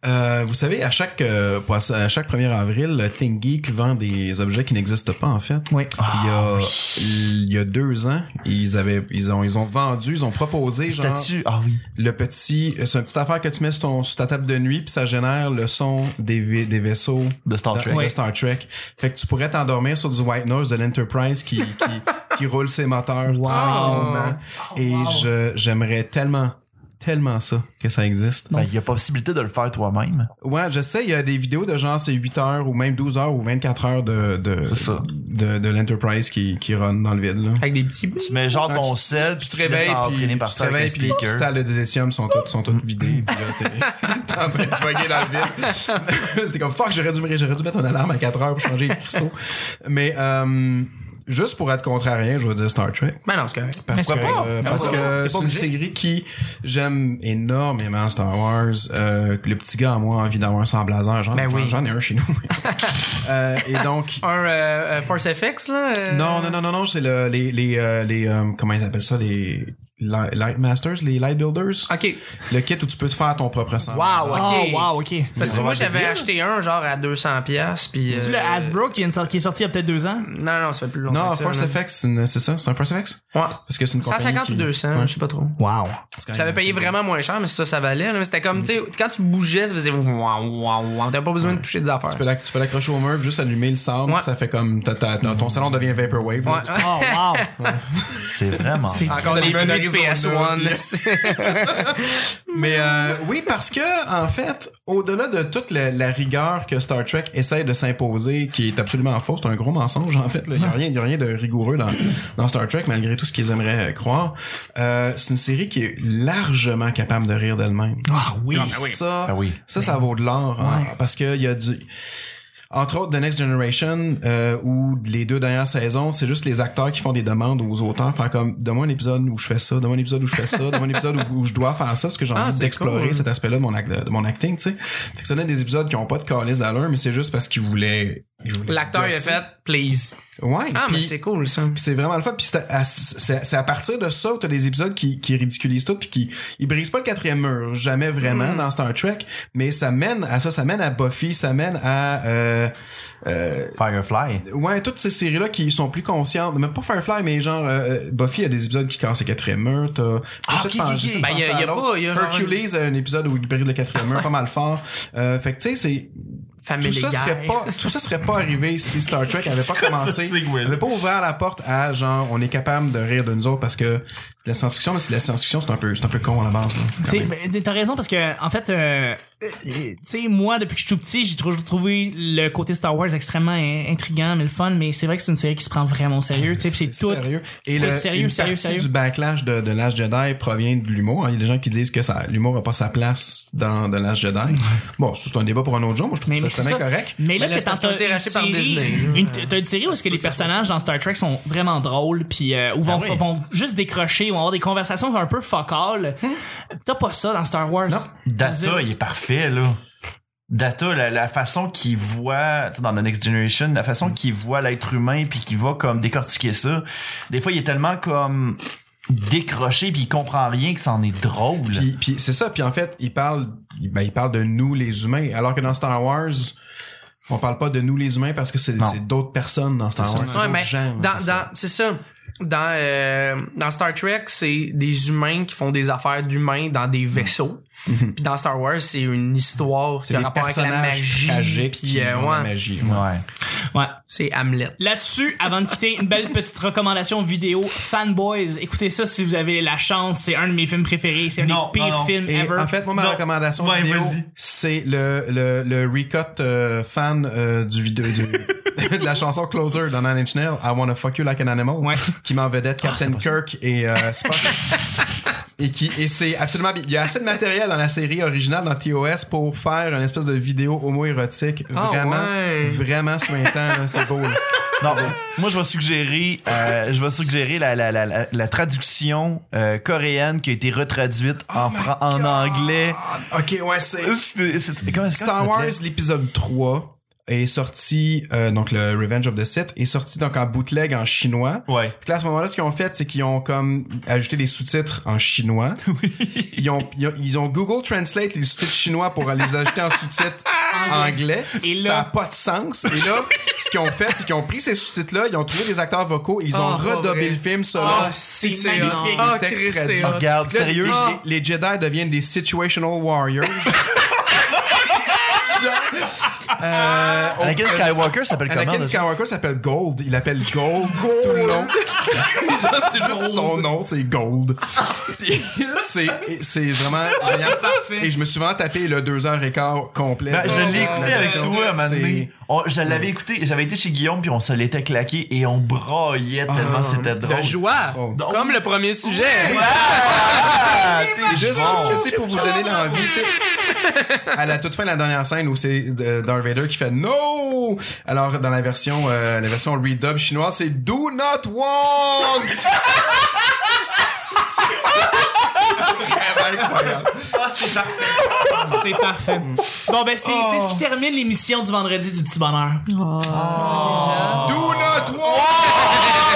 Euh, vous savez, à chaque, euh, pour- à chaque 1er avril, le Thing Geek vend des objets qui n'existent pas, en fait.
euh, Ah, Oui.
Il y a, il y a deux ans, ils avaient, ils ont, ils ont vendu, ils ont proposé, genre,
Statue. Ah oui.
le petit, euh, c'est une petite affaire que tu mets sur, ton, sur ta table de nuit puis ça génère le son des, vi- des vaisseaux
De Star
de,
Trek.
de Star Trek. Fait que tu pourrais t'endormir sur du white noise de l'Enterprise qui,
Oh,
qui, qui roule ses moteurs tranquillement. Et je, j'aimerais tellement tellement ça que ça existe.
Ben, il y a possibilité de le faire toi-même.
Ouais, je sais, il y a des vidéos de genre c'est 8 heures ou même 12 heures ou 24 heures de de
C'est ça.
de, de l'Enterprise qui qui run dans le vide là.
Avec des petits bouts.
Tu mets genre
Quand
ton sel,
tu te
laisses
réveilles puis
entraîner par
tu te
ça avec
réveilles
un
puis les
speaker.
cristals de zétium sont toutes sont toutes vidés puis là t'es t'es en train de voguer dans le vide. c'est comme fuck, j'aurais dû me- j'aurais dû mettre une alarme à 4 heures pour changer les cristaux. Mais euh, juste pour être contrariant, je vais dire Star Trek.
Ben non, c'est correct.
Parce que,
Mais pourquoi
euh, parce que
T'es pas
c'est une
obligé.
série qui j'aime énormément Star Wars. Euh, le petit gars en moi a envie d'avoir un sans blazer. J'en
Ben
j'en-
oui.
j'en ai un chez nous. Euh, et donc.
Un euh, euh, Force FX, là. euh,
Non, non, non, non, non, c'est le, les, les, euh, les euh, comment ils appellent ça, les li- Light Masters, les Light Builders.
OK.
Le kit où tu peux te faire ton propre sang.
Ah. Wow,
Oh,
OK.
wow, ok.
Parce que moi, j'avais
bien.
acheté un genre à 200$. pièces puis
C'est
euh,
le Hasbro qui, est une- qui est sorti il y a peut-être deux ans.
Non, non, ça fait plus longtemps.
Non,
que ça,
Force
là.
FX, c'est une- c'est ça, c'est un Force FX?
Ouais.
Parce que c'est une compagnie
150
qui-
ou 200,
Ouais.
je sais pas trop.
Wow.
C'est quand
Je
même-
l'avais payé vraiment moins cher, mais ça, ça valait. là. C'était comme, tu sais, quand tu bougeais, ça faisait waouh, waouh, waouh. T'avais pas besoin de toucher des affaires.
Tu peux la- tu peux l'accrocher au mur, puis juste allumer le sable,
Ouais.
ça fait comme, ta- ta- ta- ton salon devient Vaporwave. là.
Ouais.
Oh, wow.
C'est vraiment.
Encore des
Dans
menus de
l'Arizona,
PS1.
puis-
là, c'est-
Mais euh, oui, parce que en fait, au-delà de toute la, la rigueur que Star Trek essaie de s'imposer, qui est absolument fausse, c'est un gros mensonge en fait. là. Il n'y a rien, il y a rien de rigoureux dans, dans Star Trek, malgré tout ce qu'ils aimeraient euh, croire. Euh, c'est une série qui est largement capable de rire d'elle-même.
Ah oui.
Ça,
Ah oui.
ça, ça vaut de l'or. hein, parce que il y a du. Entre autres, The Next Generation, euh, ou les deux dernières saisons, c'est juste les acteurs qui font des demandes aux auteurs, faire comme, donne-moi un épisode où je fais ça, donne-moi un épisode où je fais ça, donne-moi un épisode où, où je dois faire ça, parce que j'ai
Ah,
envie
c'est
d'explorer
cool.
cet aspect-là de mon, ac- de mon acting, tu sais. Fait que ça donne des épisodes qui ont pas de calice d'allure, mais c'est juste parce qu'ils voulaient, ils voulaient
L'acteur, il a
bosser.
fait, please.
Ouais.
Ah, mais
puis-
c'est cool, ça.
puis c'est vraiment le fun. Puis c'est à, c'est- c'est à partir de ça où t'as des épisodes qui, qui ridiculisent tout, puis qui ils brisent pas le quatrième mur, jamais
Mm.
vraiment dans Star Trek. Mais ça mène à ça, ça mène à Buffy, ça mène à euh, euh,
Firefly.
ouais toutes ces séries là qui sont plus conscientes, même pas Firefly, mais genre euh, euh, Buffy a des épisodes qui cassent le quatrième mur. T'as
Ah, ok,
j'essaie de
ok,
penser-
ok.
j'essaie de
Ben, y a-
penser à
y a
l'autre.
pas- y a genre-
Hercules a un épisode où il brise le quatrième mur, pas mal fort. Euh, fait que tu sais c'est tout
Family
ça, serait
Guy.
pas, tout ça serait pas arrivé si Star Trek avait pas commencé,
segue-là?
avait pas ouvert la porte à genre on est capable de rire de nous autres parce que c'est de la science-fiction, mais c'est de la science-fiction, c'est un peu, c'est un peu con à la base. là, quand
C'est-
même.
mais T'as raison parce que en fait, euh, euh, tu sais, moi depuis que je suis tout petit, j'ai toujours trouvé le côté Star Wars extrêmement euh, intriguant, mais le fun. Mais c'est vrai que c'est une série qui se prend vraiment au sérieux. Tu sais, puis c'est tout.
Ah, sérieux. Et
C'est
le-
sérieux,
une
sérieux,
partie
sérieux.
du backlash de, de l'âge Jedi provient de l'humour. Il y a des gens qui disent que ça, l'humour a pas sa place dans, dans l'âge Jedi. Bon, ça, c'est un débat pour un autre jour. Moi, je trouve
Mais,
que
mais
ça,
c'est
c'est
ça.
correct.
Mais
Mais
là,
là,
que
c'est parce
t'as
qu'on a été
une
racheté par
série-
Disney.
une- T'as une série où est-ce que les personnages dans Star Trek sont vraiment drôles, puis euh, où vont,
oui.
vont juste décrocher, vont avoir des conversations un peu focales. T'as pas ça dans Star Wars.
Data, il est parfait, là. Data, la, la façon qu'il voit, tu sais, dans The Next Generation, la façon qu'il voit l'être humain puis qu'il va comme décortiquer ça. Des fois, il est tellement comme décroché puis il comprend rien que c'en est drôle.
Puis, puis c'est ça. Puis en fait, il parle, ben, il parle de nous les humains, alors que dans Star Wars, on parle pas de nous les humains parce que c'est
Non.
c'est d'autres personnes dans Star Wars. c'est
Ouais,
d'autres
mais
gens,
dans,
c'est
dans,
ça.
c'est ça. Dans, euh, dans Star Trek, c'est des humains qui font des affaires d'humains dans des vaisseaux. Puis dans Star Wars, c'est une histoire qui
Mhm. C'est
a
des
rapport avec la
personnages
magie.
tragiques
Puis
qui
euh,
ont la
ouais,
magie. Ah,
ouais.
ouais.
Ouais.
c'est Hamlet.
Là-dessus, avant de quitter, une belle petite recommandation vidéo. Fanboys, écoutez ça si vous avez la chance. C'est un de mes films préférés. C'est un
Non,
des pires
non, non.
films
Et
ever.
en fait, moi, ma
Non.
recommandation
Ouais,
vidéo,
vas-y.
c'est le, le, le recut euh, fan euh, du vidéo du- de la chanson Closer dans Nine Inch Nails, I Wanna Fuck You Like an Animal,
Ouais.
qui m'en vedette Captain Kirk et euh, Spock. et qui et c'est absolument bi- il y a assez de matériel dans la série originale dans TOS pour faire une espèce de vidéo homo-érotique
Ah,
vraiment
ouais.
vraiment suintant, là, c'est beau. là.
Non, moi je vais suggérer, euh, je vais suggérer la, la, la, la, la traduction euh, coréenne qui a été retraduite
Oh
en, fran- en anglais.
OK, ouais, c'est
C'est- c'est- comment- comment ça
Star Wars,
s'appelait?
l'épisode 3 est sorti, euh, donc le Revenge of the Sith, est sorti donc en bootleg en chinois.
Ouais.
Puis là, à ce moment-là, ce qu'ils ont fait, c'est qu'ils ont comme ajouté des sous-titres en chinois. Ils ont, ils ont, ils ont Google Translate les sous-titres chinois pour les ajouter en sous-titres anglais.
Et là-
Ça n'a pas de sens. Et là, ce qu'ils ont fait, c'est qu'ils ont pris ces sous-titres-là, ils ont trouvé des acteurs vocaux, et ils ont
Ah, pas
redobé
vrai.
le film selon
Ah,
Oh, c'est
c'est
hot.
magnifique.
Ah,
Le texte
Chris,
traduit.
c'est hot.
Regarde,
Là,
sérieux.
les- Les, les Jedi deviennent des situational warriors. Euh, on-
Anakin Skywalker s'appelle comment
Anakin
déjà?
Skywalker s'appelle Gold. Il appelle Gold tout le long. Genre, c'est juste Son nom, c'est Gold. c'est, c'est vraiment génial.
parfait.
Et je me suis vraiment tapé le 2h15 complet.
Ben, je l'ai
Oh,
écouté
la
avec
version.
toi à un moment donné.
C'est-
On- je l'avais écouté, j'avais été chez Guillaume puis on se l'était claqué et on braillait tellement
Ah,
c'était drôle.
De joie.
Oh.
Comme le premier sujet.
Ah, t'es
Juste,
bon.
c'est- c'est pour vous donner l'envie, tu sais. À la toute fin de la dernière scène où c'est euh, Darth Vader qui fait No! Alors, dans la version, euh, la version redub chinoise, c'est Do not want! C'est vraiment incroyable.
Ah, c'est parfait. c'est parfait. Bon, ben, c'est c'est ce
Oh.
qui termine l'émission du vendredi du petit bonheur.
Déjà.
Do not want!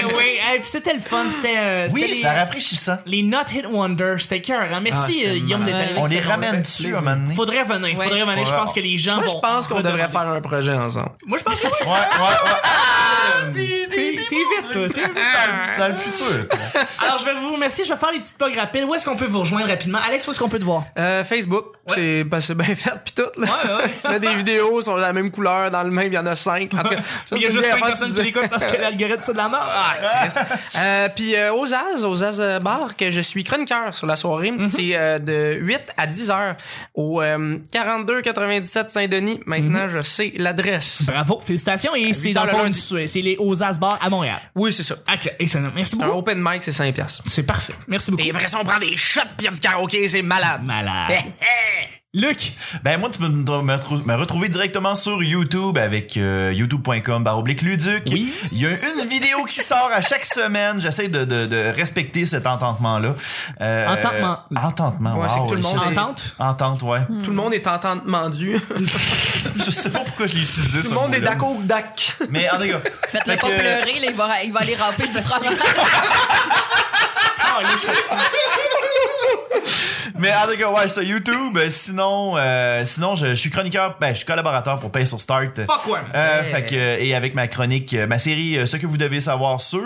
Eh oui, eh, puis c'était le fun. C'était euh, c'était
Oui,
les,
c'est rafraîchissant.
les Not Hit Wonder. C'était cœur. hein. Merci,
Ah,
euh,
c'était
Guillaume, d'être
malade.
avec
On
nous.
les
c'était-
ramène dessus à un moment donné.
Faudrait venir.
Ouais.
Faudrait venir. Je
Faudra-
pense que les gens
Moi,
vont.
je pense qu'on devrait
redemander.
faire un projet ensemble.
Moi, je pense que oui.
Ouais, ouais, ouais.
T'es t'es vite, toi. T'es vite.
Dans le futur. quoi.
Alors, je vais vous remercier. Je vais faire les petites plugs rapides. Où est-ce qu'on peut vous rejoindre rapidement? Alex, où est-ce qu'on peut te voir?
Euh, Facebook, c'est parce que c'est bien fait pis tout. Là.
Ouais, ouais.
tu mets des vidéos, sont de la même couleur, dans le même, il y en a cinq. En tout cas, ça, c'est
Il y a
une
juste
vieille
5
affaire,
personnes
tu
qui
dis.
l'écoutent parce que l'algorithme, c'est de la merde. Ah,
Euh, puis euh, aux Az, aux Az euh, Bar, que je suis chroniqueur sur la soirée,
Mhm.
c'est euh, de 8 à 10 heures au euh, 4297 Saint-Denis. Maintenant,
Mhm.
je sais l'adresse.
Bravo, félicitations. Et c'est dans le
heures le
fond,
lundi.
du- c'est les Osas Bar à Montréal.
Oui, c'est ça.
Acc- Excellent. Merci
Un
beaucoup.
open mic, c'est 5 piastres.
C'est parfait. Merci beaucoup.
Et après ça, on prend des shots pis y a du karaoké, c'est malade.
Malade. Luc,
Ben moi, tu peux me, me retrou- me retrouver directement sur YouTube avec euh, youtube.com baroblique Luduc.
Oui.
Il y a une vidéo qui sort à chaque semaine. J'essaie de, de, de respecter cet ententement-là. Euh,
Ententement.
Ententement,
Ouais, c'est que
wow,
tout le
je
monde
sais-
est-
entente?
Entente, ouais.
Tout le monde est entendu.
je sais pas pourquoi je l'ai utilisé.
Tout le monde est d'accord ou dac.
Mais en tout cas,
Faites-le
Fait
pas
que-
pleurer, là, il va, il va aller ramper du fromage.
Ah, les choses.
mais en tout cas, ouais, ça YouTube. Euh, Sinon, euh, sinon, je, je suis chroniqueur, ben, je suis collaborateur pour Pay sur Start.
Fuck ouais.
Euh, fait que, euh, et avec ma chronique, euh, ma série, euh, ce que vous devez savoir sur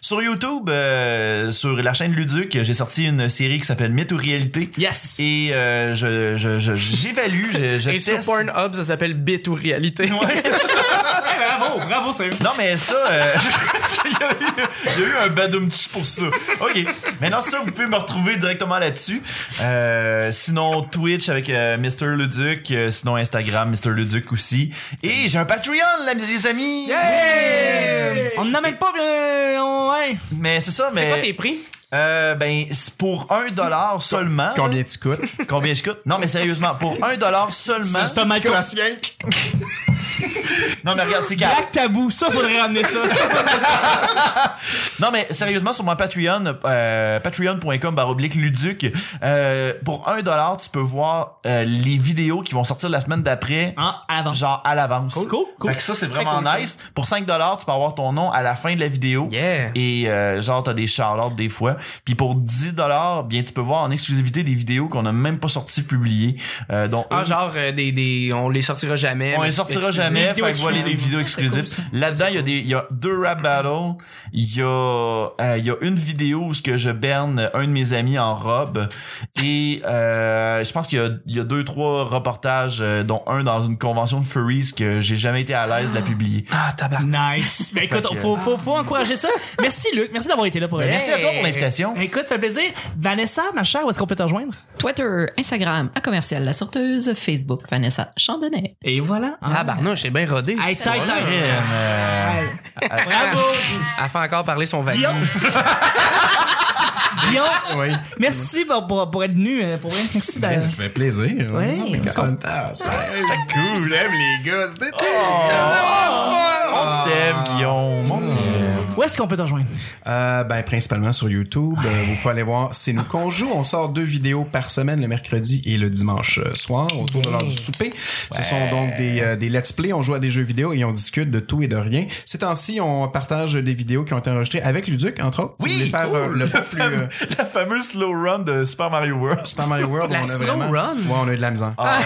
sur YouTube, euh, sur la chaîne Luduc, j'ai sorti une série qui s'appelle Mythe ou réalité.
Yes.
Et euh, je je- je- j'évalue, je, je
Et sur
teste.
Pornhub, ça s'appelle bit ou réalité.
Eh, bravo, bravo, sérieux.
Non mais ça, euh, il y, a eu- il y a eu un badoumtch pour ça. Ok. Maintenant ça, vous pouvez me retrouver directement là-dessus. Euh, sinon Twitch avec euh, Mr Luduc, euh, sinon Instagram Mr Luduc aussi. Et j'ai un Patreon, là, les amis.
On n'a même pas. euh, on- ouais.
Mais c'est ça, mais
C'est quoi tes prix?
Euh, ben, c'est pour un dollar seulement.
Combien tu coûtes?
Combien je coûte? Non, mais sérieusement, pour un dollar seulement.
C'est un mal-
Non, mais regarde, c'est carré.
Black tabou, ça faudrait ramener ça.
Non, mais sérieusement, sur mon Patreon, euh, patreon.com baroblique luduc, euh, pour un dollar, tu peux voir euh, les vidéos qui vont sortir la semaine d'après.
En avance.
Genre à l'avance.
Cool, cool, cool.
Fait que ça, c'est vraiment
cool, ça.
nice. Pour 5 dollars, tu peux avoir ton nom à la fin de la vidéo.
Yeah.
Et euh, genre, t'as des charlottes des fois. Puis pour 10 dollars, bien, tu peux voir en exclusivité des vidéos qu'on n'a même pas sorties publiées. Euh, dont
Ah,
une-
genre, euh, des, des, on les sortira jamais.
On
mais-
les sortira
Excusez.
jamais, fait
vidéos
que voilà des
exclusives.
vidéos
Ah, c'est cool,
exclusives. Là-dedans, il y a des, il y a deux rap battles. Il y a, euh, il y a une vidéo où ce que je berne un de mes amis en robe. Et, euh, je pense qu'il y a, il y a deux, trois reportages, euh, dont un dans une convention de furries que j'ai jamais été à l'aise de la publier.
Ah, tabarnak.
Nice. Ben écoute,
que-
faut, faut, faut encourager ça. Merci Luc, merci d'avoir été là pour
Merci à toi pour
Hey.
l'invitation.
Écoute, ça fait plaisir. Vanessa, ma chère, où est-ce qu'on peut te rejoindre?
Twitter, Instagram, à commercial, la sorteuse, Facebook, Vanessa Chandonnet.
Et voilà.
Ah, barnouche, c'est bien rodé.
Hey,
c'est
ça,
bon.
t'as-
Euh,
Bravo.
Elle fait encore parler son vagin.
Guillaume. Guillaume,
Oui.
merci pour, pour, pour être venu. euh, Pour rien. Merci d'avoir.
Ben, Ça fait plaisir.
Ouais,
Non, mais
parce
quand- Ah, C'était cool, j'aime les gars. C'était
on t'aime, Guillaume. On t'aime.
Où est-ce qu'on peut te rejoindre?
Euh, ben principalement sur YouTube. Euh, vous pouvez aller voir C'est nous qu'on joue. On sort deux vidéos par semaine le mercredi et le dimanche euh, soir autour de l'heure du souper. Ce sont donc des, euh, des let's play. On joue à des jeux vidéo et on discute de tout et de rien. Ces temps-ci, on partage des vidéos qui ont été enregistrées avec Luduc entre autres.
Oui,
si vous voulez faire
cool.
euh, le plus euh,
La fameuse slow run de Super Mario World.
Super Mario World,
La
on a
slow
vraiment
run?
ouais, on a eu de la misère.
Ah,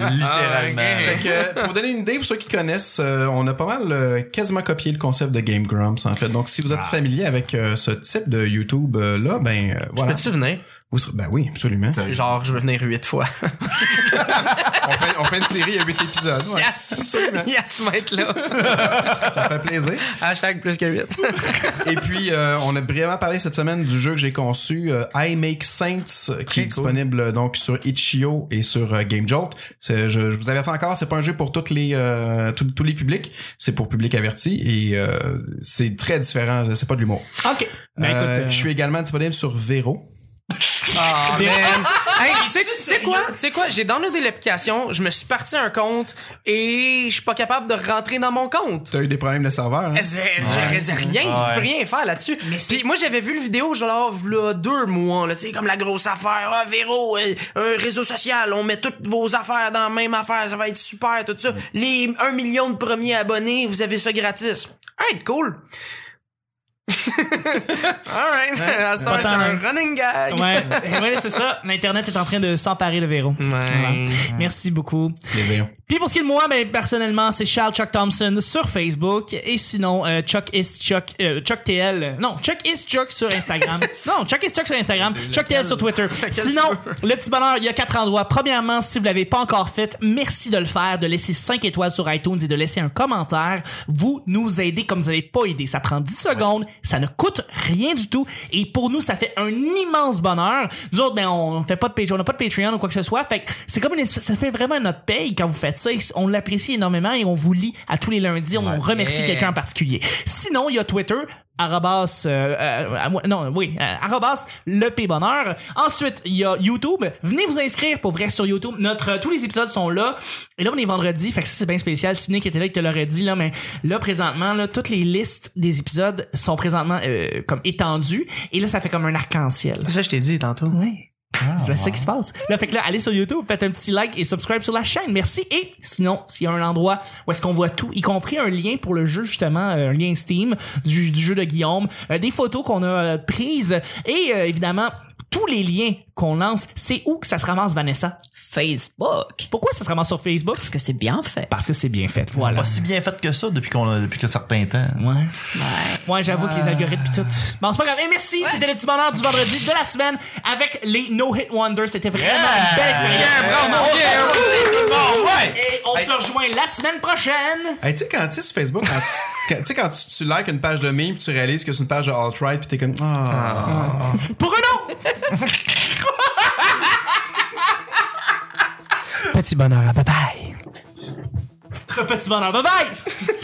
euh, littéralement.
Fait que, euh, pour donner une idée, pour ceux qui connaissent, euh, on a pas mal euh, quasiment copié le concept de Game Grumps en fait. Donc si vous êtes familier avec euh, ce type de YouTube euh, là, ben euh,
Ah. Je
voilà.
peux te souvenir?
Vous serez- Ben oui, absolument.
Sérieux.
Genre, je veux venir huit fois.
On fait, on fait une série à 8 épisodes. ouais.
Yes!
Absolument.
Yes, mec, là.
Ça fait plaisir.
Hashtag plus que huit.
Et puis, euh, on a brièvement parlé cette semaine du jeu que j'ai conçu, euh, I Make Saints, qui est disponible euh, donc sur itch.io et sur euh, Game Jolt. C'est- Je, je vous avertis encore, c'est pas un jeu pour toutes les, euh, tous- tous les publics, c'est pour public averti et euh, c'est très différent, c'est pas de l'humour.
OK. Ben
Euh,
écoute, euh,
Je suis également disponible sur Vero.
Ah, man. Hey, tu sais-
Es-tu
tu sais quoi? Tu sais quoi? J'ai downloadé l'application, je me suis parti un compte et je suis pas capable de rentrer dans mon compte.
T'as eu des problèmes de serveur, hein?
C'est- Je reste rien, tu peux
Ouais.
rien faire là-dessus. Puis moi j'avais vu le vidéo genre là, deux mois, là, tu sais comme la grosse affaire, ah Véro, euh, un réseau social, on met toutes vos affaires dans la même affaire, ça va être super tout ça. Les 1 million de premiers abonnés, vous avez ça gratis. Hey, cool. Alright, à ce temps,
Pas
c'est
tant,
un
hein.
running gag.
Ouais, ouais c'est ça. L'Internet est en train de s'emparer de Véro. Voilà. Merci beaucoup.
Plaisir.
Puis pour ce qui est de moi, ben, personnellement, c'est Charles Chuck Thompson sur Facebook. Et sinon, euh, Chuck is Chuck, euh, Chuck TL. euh, Non, Chuck is Chuck sur Instagram. non, Chuck is Chuck sur Instagram. Chuck TL sur Twitter. Sinon, le petit bonheur, il y a quatre endroits. Premièrement, si vous l'avez pas encore fait, merci de le faire, de laisser 5 étoiles sur iTunes et de laisser un commentaire. Vous nous aidez comme vous n'avez pas aidé. Ça prend 10 secondes. Ça ne coûte rien du tout. Et pour nous, ça fait un immense bonheur. Nous autres, ben, on fait pas de Patreon, on n'a pas de Patreon ou quoi que ce soit. Fait que c'est comme une espèce- ça fait vraiment notre paye quand vous faites ça. On l'apprécie énormément et on vous lit à tous les lundis. On remercie
Yeah.
quelqu'un en particulier. Sinon, il y a Twitter. Arrobas, euh, euh, à moi- non, oui, euh, arrobas, le P bonheur. Ensuite, il y a YouTube. Venez vous inscrire pour vrai sur YouTube. Notre, euh, tous les épisodes sont là. Et là, on est vendredi. Fait que ça, c'est bien spécial. Si Nick était là, il te l'aurait dit, là, mais là, présentement, là, toutes les listes des épisodes sont présentement, euh, comme étendues. Et là, ça fait comme un arc-en-ciel.
Ça je t'ai dit tantôt.
Oui. c'est bien ça qui se passe. Là, fait que là, allez sur YouTube, faites un petit like et subscribe sur la chaîne. Merci. Et sinon, s'il y a un endroit où est-ce qu'on voit tout, y compris un lien pour le jeu, justement, euh, un lien Steam du, du jeu de Guillaume, euh, des photos qu'on a euh, prises et euh, évidemment, tous les liens qu'on lance, c'est où que ça se ramasse, Vanessa?
Facebook.
Pourquoi ça se ramasse sur Facebook?
Parce que c'est bien fait.
Parce que c'est bien fait, voilà.
Pas si bien fait que ça depuis qu'on a, depuis que certain temps.
Ouais. Euh.
Ouais.
Ouais, j'avoue que les algorithmes pis tout. Bon, c'est pas grave. Et merci, c'était le petit bonheur du vendredi de la semaine avec les No Hit Wonders. C'était vraiment une belle expérience.
Yeah, bravo,
On se
yeah,
rejoint-
ouais.
Et on se rejoint la semaine prochaine.
Hey, tu sais, quand tu sais, sur Facebook, quand tu, quand- tu sais, quand tu, tu likes une page de meme, puis tu réalises que c'est une page de alt-right, puis t'es comme, ah.
Pour un autre!
Petit bonheur, bye bye.
Très petit bonheur. Bye bye!